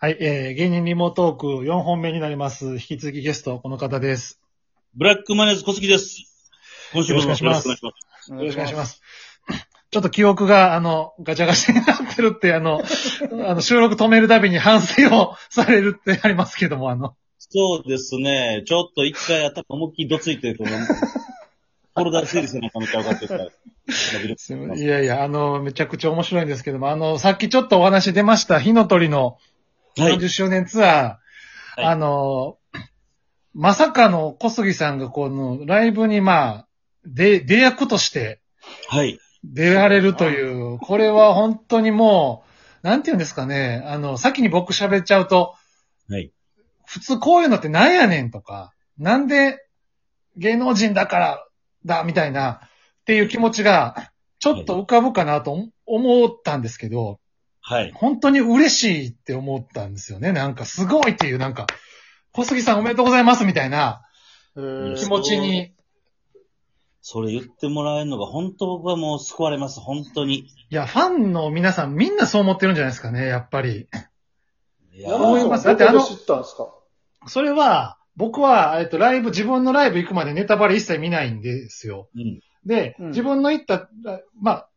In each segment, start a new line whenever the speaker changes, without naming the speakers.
はい、えー、芸人リモートーク4本目になります。引き続きゲスト、この方です。
ブラックマヨネーズ小杉です。今週もよろしくお願いします。
よろしくお願いします。ちょっと記憶が、あの、ガチャガチャになってるって、あの、あの収録止めるたびに反省をされるってありますけども、あの、
そうですね。ちょっと一回頭思いっきりどついてると思 う。フォルダ整理せなあかんのちゃうかって言ったら。
すいませんいやいや、あの、めちゃくちゃ面白いんですけども、あの、さっきちょっとお話出ました、火の鳥の
はい。
30周年ツアー、
はい
あの、まさかの小杉さんがこのライブにまあ、で、出役として、
はい。
出られるという、これは本当にもう、なんて言うんですかね、あの、先に僕喋っちゃうと、
はい。
普通こういうのってなんやねんとか、なんで芸能人だからだ、みたいな、っていう気持ちが、ちょっと浮かぶかなと思思ったんですけど、
はい。
本当に嬉しいって思ったんですよね。なんかすごいっていう、なんか、小杉さんおめでとうございますみたいな気持ちに。
それ言ってもらえるのが本当僕はもう救われます。本当に。
いや、ファンの皆さんみんなそう思ってるんじゃないですかね、やっぱり。
い
や思いますだ
だ
っあ
っててあ
の
の。知ったんですか
それは、僕は、えっと、ライブ、自分のライブ行くまでネタバレ一切見ないんですよ。
うん。
で、
うん
自分の行った、あまあ、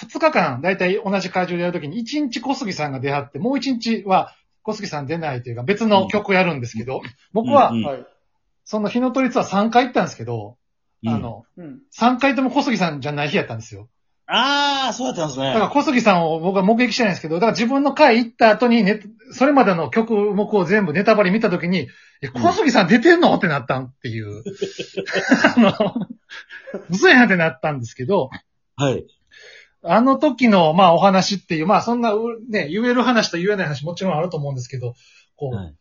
2日間、だいたい同じ会場でやるときに、1日小杉さんが出会って、もう1日は小杉さん出ないというか、別の曲やるんですけど、僕
う
は
ん、
はい。
その日の鳥ツアー3回行ったんですけど、あ、の、
うん。
3回とも小杉さんじゃない日やったんですよ。
ああ、そうだったんですね。
だから小杉さんを僕は目撃してないんですけど、だから自分の回行った後にね、それまでの曲目を全部ネタバレ見たときに、え、小杉さん出てんのってなったんって いう。あの、嘘やんってなったんですけど、
はい。
あの時の、まあお話っていう、まあそんな、うね、言える話と言えない話もちろんあると思うんですけど、こう、
はい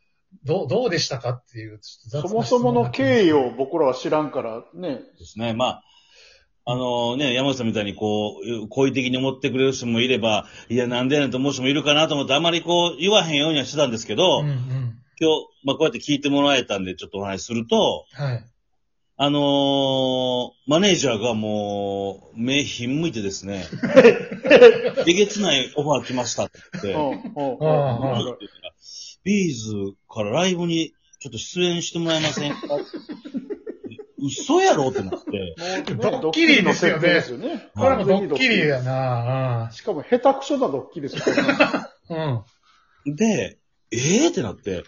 どう、どうでしたかっていう、ちょっ
そ
と雑な質問
もそもの経緯
を。
を僕らは知らんから、ね。
ですね。まあ。あのね、山内さんみたいにこう、好意的に思ってくれる人もいれば、いや、なんでやねんと思う人もいるかなと思って、あまりこう、言わへんようにはしてたんですけど、
うんうん。
今日、まあ、こうやって聞いてもらえたんで、ちょっとお話しすると、
はい。
あのーマネージャーがもう、目ひんむいてです ね、えげつないオファー来ましたって言
う
っ
ん。
て、
うん。
ああ
面白い
ビーズからライブにちょっと出演してもらえませんか嘘やろってなって、
もうね
ドッキリですよね
ドッキリですよね。
これもドッキリ
や。
やな
しかも下手くそなドッキリですよね。
うん。うん。は
で、えーってなって、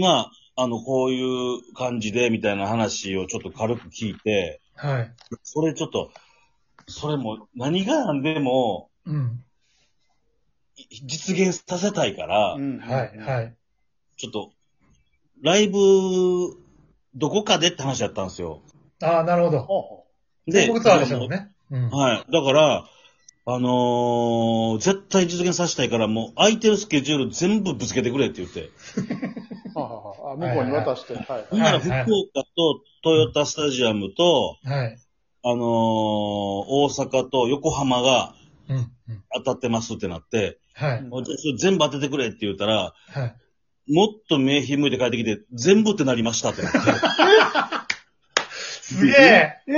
まあ、あの、こういう感じで、みたいな話をちょっと軽く聞いて、
い。はい。
それちょっと、それも、何が何でも、
うん。
実現させたいから、
う ん
はい、はい。
ちょっと、ライブ、どこかでって話だったんですよ。
ああ、なるほど。
で、
全国ツアーでしたもんね。うん。
はい。だから、あのー絶対実現させたいから、もう空いてるスケジュール全部ぶつけてくれって言って。
はははあ向こうに渡して。はい。
ほんな
は
ら福
いはい
岡とトヨタスタジアムと、
はい。
あのー大阪と横浜が
うん。うん。
当たってますってなって、
はい。
もうそれ全部当ててくれって言ったら、
はい。
もっと名品向いて帰ってきて、全部ってなりましたっ てなって。
すげえ
えー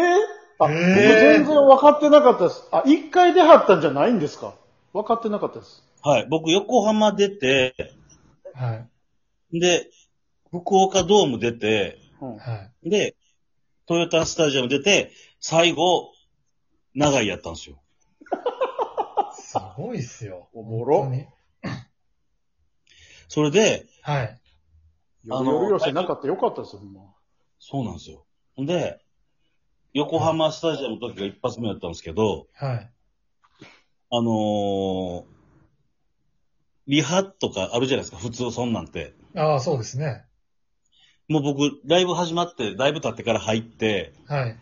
あ、僕
えー
全然分かってなかったです。あ、一回出はったんじゃないんですか分かってなかったです。
はい。僕、横浜出て、
はい。
で、福岡ドーム出て、
うん。
はい。
で、トヨタスタジアム出て、最後、長井やったんですよ。
すごいっすよ。
おもろ
本当に
それで、
はい。
あ
よ
の
ろよろしてなかったらよかったですよ、ほんま。
そうなんですよ。ほんで、横浜スタジアムの時が一発目だったんですけど、
はい。
あのー、リハとかあるじゃないですか、普通そんなんて。
ああ、そうですね。
もう僕、ライブ始まって、だいぶ経ってから入って、
はい。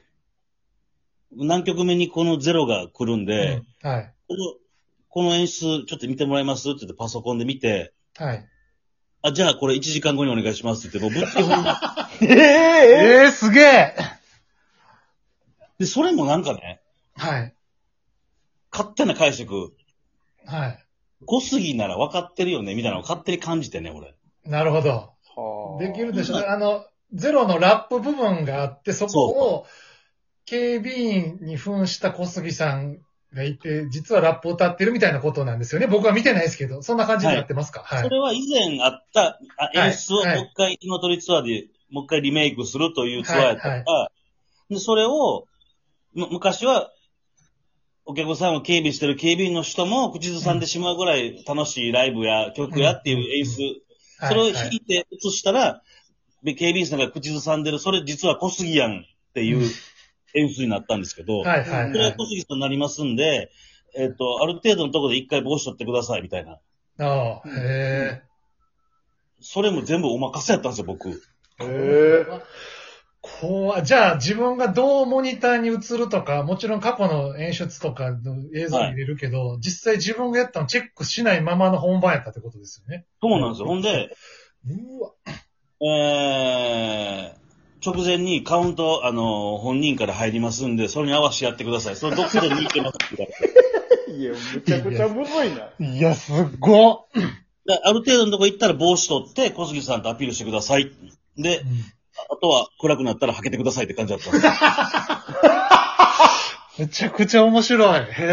何曲目にこのゼロが来るんで、
うんはい。
このこの演出ちょっと見てもらえますって言ってパソコンで見て、
はい。
あ、じゃあこれ1時間後にお願いしますって言って、もう ぶっつけ本番
え
え
え
えすげえ
で、それもなんかね、
はい。
勝手な解釈、
はい。
小杉なら分かってるよね、みたいなのを勝手に感じてね、俺。
なるほど。
はあ
できるでしょ。あの、ゼロのラップ部分があって、そこを、警備員に扮した小杉さんがいて、実はラップを歌ってるみたいなことなんですよね。僕は見てないですけど、そんな感じになってますかはい。
それは以前あったあ
はい
演出をもう一回、今取りツアーでもう一回リメイクするというツアーやったから、
はい
でそれを、む昔は、お客さんを警備してる警備員の人も口ずさんでしまうぐらい楽しいライブや曲やっていう演出、
はい
それを
は
弾
い
いて映したら、で警備員さんが口ずさんでる、それ実は小杉やんっていう演出になったんですけど、
はいはい
それ
は。
はい小杉さんになりますんで、えっ、と、ある程度のところで一回帽子取ってくださいみたいな。
ああ、へ
それも全部お任せやったんですよ、僕。
へえ。
こう、じゃあ自分がどうモニターに映るとか、もちろん過去の演出とかの映像に入れるけど、実際自分がやったのチェックしないままの本番やったってことですよね。
そうなんですよ。ほんで、
うわ。
えー、直前にカウント、あの、本人から入りますんで、それに合わせてやってください。それどこで見てますみたいな。
いや、めちゃくちゃむずいな。
いや、すっご
である程度のとこ行ったら帽子取って、小杉さんとアピールしてください。で、あとは暗くなったら履けてくださいって感じだったんですよ。
めちゃくちゃ面白い。へ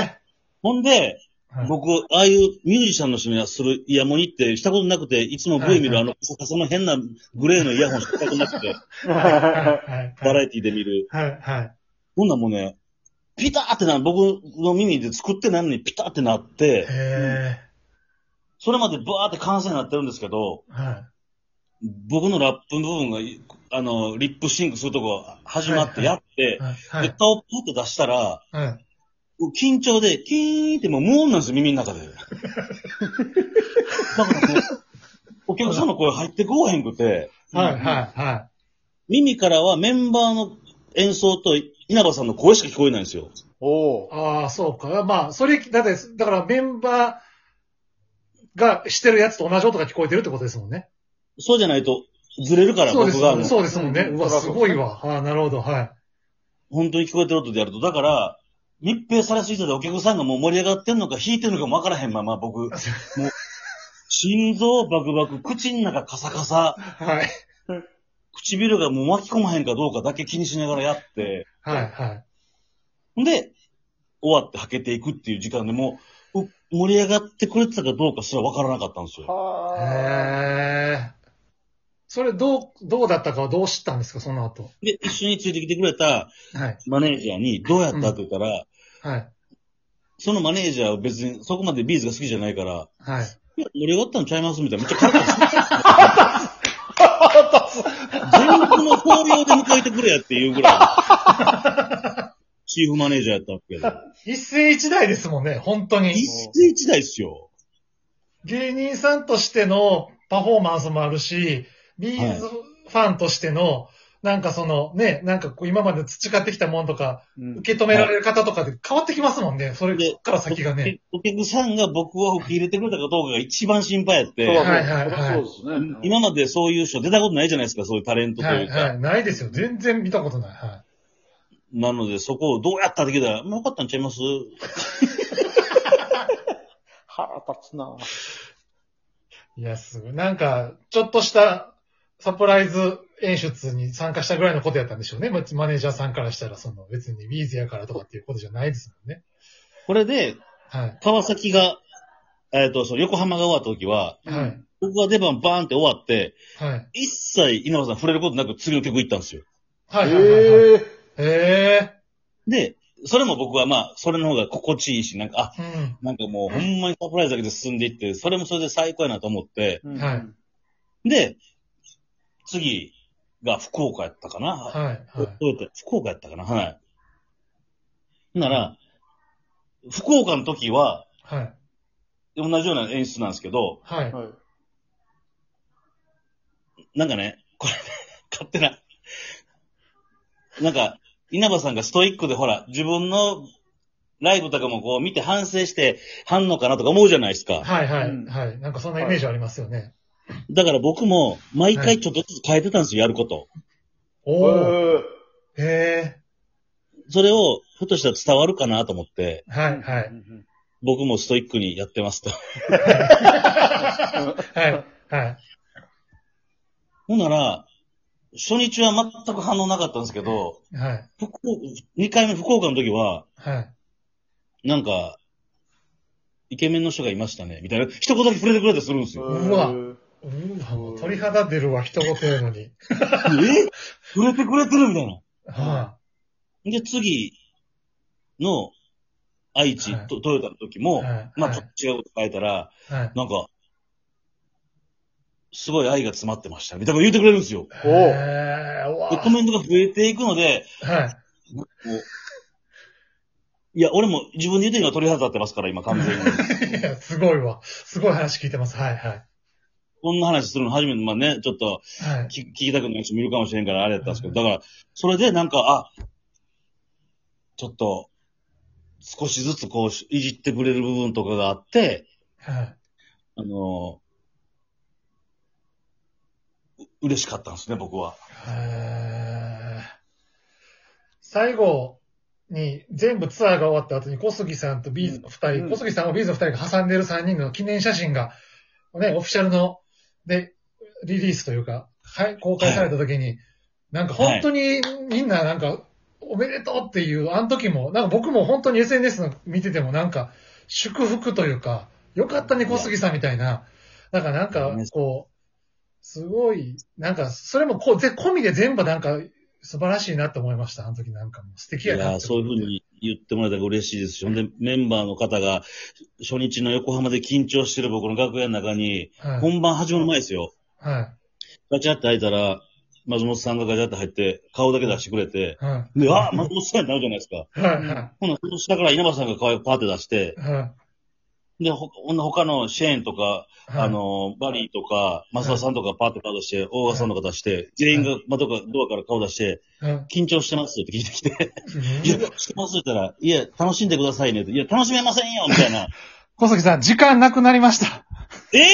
え。
ほんで、
はい
僕、ああいうミュージシャンの人にするイヤモニってしたことなくて、いつも V 見る
は
あ
い
の、その変なグレーのイヤホンしたことな くて、
はいはい
バラエティで見る。
はいはい。
ほんなんもうね、ピターってな、僕の耳で作ってないのにピターってなって、
へ
それまでバーって完成になってるんですけど、
え。は
僕のラップの部分が、あの、リップシンクするとこ始まってやっ
い。、
て
はいは
で、
い。
顔ポッと出したら、
はい
もう緊張で、キーンってもう無音なんですよ、耳の中 で。だからもうお客さんの声入ってこうへんくて、
はいは
耳からはメンバーの演奏と稲葉さんの声しか聞こえないんですよ。
い。
おう
ああ、そうか。まあ、それ、だって、だからメンバーがしてるやつと同じ音が聞こえてるってことですもんね。
そうじゃないとずれるから、
そうで
僕
す
があの
そうですもんね。
うん
うわ、すごいわ。ああ、なるほど。はい。
本当に聞こえてる音でやると。だから、密閉されすぎててお客さんがもう盛り上がってんのか弾いてるのかもわからへんまま、僕、もう、心臓バクバク、口の中カサカサ、
はい。
唇がもう巻き込まへんかどうかだけ気にしながらやって、
はい、はい。
んで、終わってはけていくっていう時間でもう、う盛り上がってくれてたかどうかすらわからなかったんですよ。
は
へ
あ。
え。それ、どう、どうだったかはどう知ったんですか、その後。
で、一緒についてきてくれた
はい。
マネージャーに、どうやったって言ったら、
はい。
そのマネージャーは別にそこまでビーズが好きじゃないから、
はい。
いや盛り上がったんちゃいますみたいな。めっちゃ軽かった です。全国の法要で迎えてくれやっていうぐらい。チーフマネージャーやったわけど。
一世一代ですもんね、本当に。
一世一代っすよ。
芸人さんとしてのパフォーマンスもあるし、ビーズファンとしての、なんかそのね、なんかこう今まで培ってきたものとか、
うん
受け止められる方とかで変わってきますもんね。それ
で
から先がね。
お客さんが僕を受け入れてくれたかどうかが一番心配やって。
そう
はいはいはい
そうですね。
今までそういう人出たことないじゃないですか、そういうタレントと
は
いう
い、
か。
はい。ないですよ。全然見たことない。は。
なので、そこをどうやったって聞いたら、もう分かったんちゃいます
腹立つない
いや、すごい。なんか、ちょっとしたサプライズ演出に参加したぐらいのことやったんでしょうね。まマネージャーさんからしたら、その別にビーズやからとかっていうことじゃないですもんね。
これで、
はい。
川崎が、えっ、と、その横浜が終わった時は、
はい。
僕が出番バーンって終わって、
はい。
一切稲葉さん触れることなく次の曲行ったんですよ。
はい。はいはいはい。
ええ。
え
で、それも僕はまあ、それの方が心地いいし、なんか、
え
あ、
ー。
なんかもうほんまにサプライズだけで進んでいって、それもそれで最高やなと思って、
うん
はい
で、次が福岡やったかな。
うん。はい。はい。
どうやった福岡やったかなはい。なら、福岡の時は、
はい。
同じような演出なんですけど、
はい。
はい。
なんかね、これ、勝手な。なんか、稲葉さんがストイックでほら、自分のライブとかもこう見て反省して、反応かなとか思うじゃないですか。
はいは
うん
い。はい。なんかそんなイメージありますよね。
だから僕も、毎
は
回
い
ちょっとずつ変えてたんですよ、やること。
おー。へ
それを、ふとしたら伝わるかなと思って、
え。はいはい。。
僕もストイックにやってますと。
はい。はい。
ほんなら、初日は全く反応なかったんですけど、
はい。
福岡、2回目福岡の時は、
はい。
なんか、イケメンの人がいましたね、みたいな、一言だけ触れてくれたりするんですよ。
うわ
へー
うわ、もう鳥肌出るわ、一言やのに。
え触れてくれてるみたいな。
は
で、次の愛知、
はい
とトヨタの時も、
はい
まあ、
はい
ちょっと違うこと書いたら、
い。はい。
なんか、すごい愛が詰まってました。みたいなこと言ってくれるんですよ。
おう
へーうわ
で、コメントが増えていくので、
はい。
もういや、俺も自分で言うてるのは鳥肌立ってますから、今完全 に。
いや、すごいわ。すごい話聞いてます。はい、はい。
こんな話するの初めて、まあね、ちょっと
はい。
聞聞きたくない人もいるかもしれんから、あれやったんですけど、だから、それでなんか、あ、ちょっと、少しずつこう、いじってくれる部分とかがあって、
はい。
あのー、う嬉しかったんですね、僕は。
へー最後に全部ツアーが終わった後に小杉さんとビーズの二
う
人、
ん
小杉さんをビーズの二人が挟んでる三人の記念写真が、ね、オフィシャルの、で、リリースというか、はい、公開された時に、なんか本当にみんななんか、おめでとうっていう、あの時も、なんか僕も本当に SNS の見ててもなんか、祝福というか、よかったね、小杉さんみたいな、なんかなんか、こう、すごい、なんか、それもこう、ぜ、込みで全部なんか、素晴らしいなと思いました。あの時なんかもう素敵
い
やな
やー、
って
そういうふうに言ってもらえたら嬉しいですし、ほんで、メンバーの方が、初日の横浜で緊張してる僕の楽屋の中に、
はい。
本番始まる前ですよ。
は
ガチャって開いたら、松本さんがガチャって入って、顔だけ出してくれて、
い。は
で、あー松本さんになるじゃないですか。
い。は
ほな、その下から稲葉さんが顔パーって出して、
い。は
で、ほ、ほんな他のシェーンとか、
い。
あ、の、バリーとか、マ田さんとかパーって顔出して、大賀さんとか出して、全員が窓か、ドアから顔出して、
うん。
緊張してますって聞いてきて、いや
うん、
してますって言ったら、いや、楽しんでくださいねって、いや、楽しめませんよみたいな。
小杉さん、時間なくなりました。